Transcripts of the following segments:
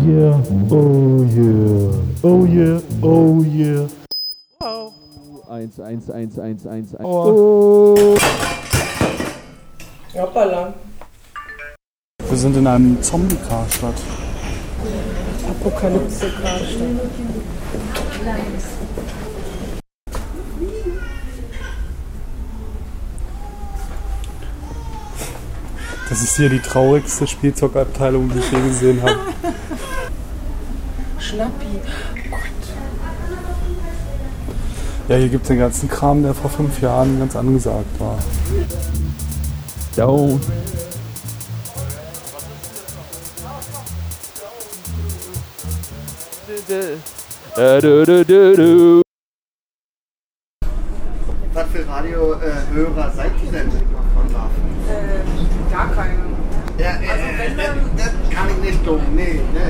yeah, oh yeah, oh yeah, oh yeah. Wow. 1, 1, 1, 1, 1, 1. Oh. Hoppala. Wir sind in einem Zombie-Karstadt. Apokalypse Karstadt. Das ist hier die traurigste Spielzeugabteilung, die ich je gesehen habe. Schnappi. Ja, hier gibt es den ganzen Kram, der vor fünf Jahren ganz angesagt war. Down. Da, du, du, du, du. Was für Radiohörer seid ihr denn von da? Äh, gar keine. Ja, äh, wenn das, dann- das kann ich nicht tun. Nee, nee.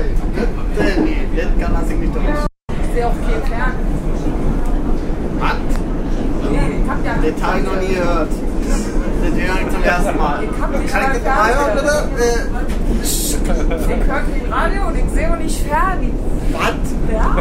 Das, äh, nee, das kann das ich nicht tun. Ich sehe auch viel fern. Was? Nee, ich hab ja Das habe ich noch nie gehört. Das höre ich zum ersten Mal. hab Kann nicht ich mal das mal hören, bitte? Äh, Ich höre kein Radio und ich sehe auch nicht fern. was? Ja.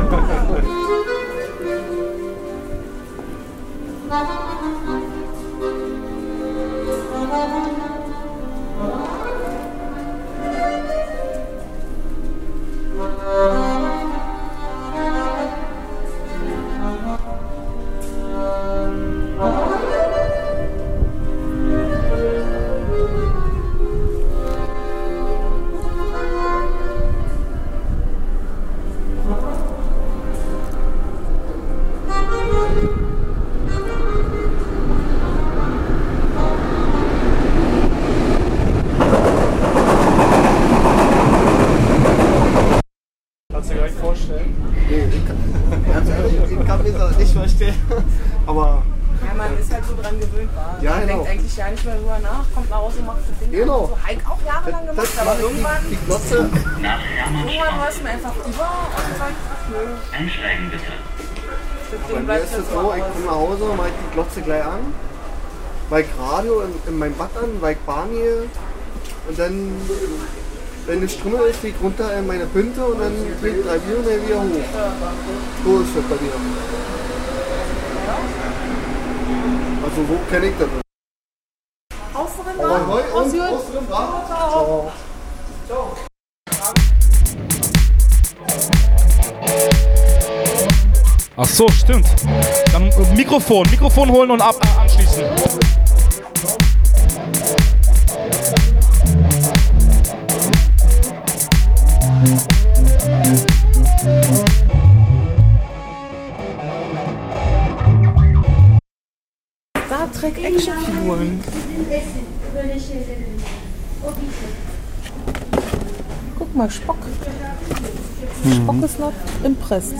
Kannst du dir gar nicht vorstellen. Nee, ich kann, ganz ehrlich, ich kann mir das nicht verstehen. Aber Ja, man ist halt so dran gewöhnt. wa? Ja, man genau. denkt eigentlich ja nicht mehr drüber nach, kommt mal raus und macht das Ding. Genau. So Hike auch jahrelang gemacht, das war aber irgendwie irgendwann, die Glotze. irgendwann war es mir einfach über und dann, ach nö, Einsteigen bitte. Bei deswegen mir bleibt ist das es so so, aus. ich komme nach Hause, mache ich die Glotze gleich an, weil ich Radio in, in meinem Bad an, weil ich Bahn gehe und dann, wenn eine Stimme ist, fliegt runter in meine Pinte und dann fliegt drei Bier und dann wieder hoch. So ist das bei mir. Also so kenne ich das. Außenrinder, Aber neu und Außenrinder. groß drin war. Ciao. Ach so, stimmt. Dann äh, Mikrofon, Mikrofon holen und ab äh, anschließen. Star Trek Actionfiguren. Guck mal, Spock. Spock ist noch impressed.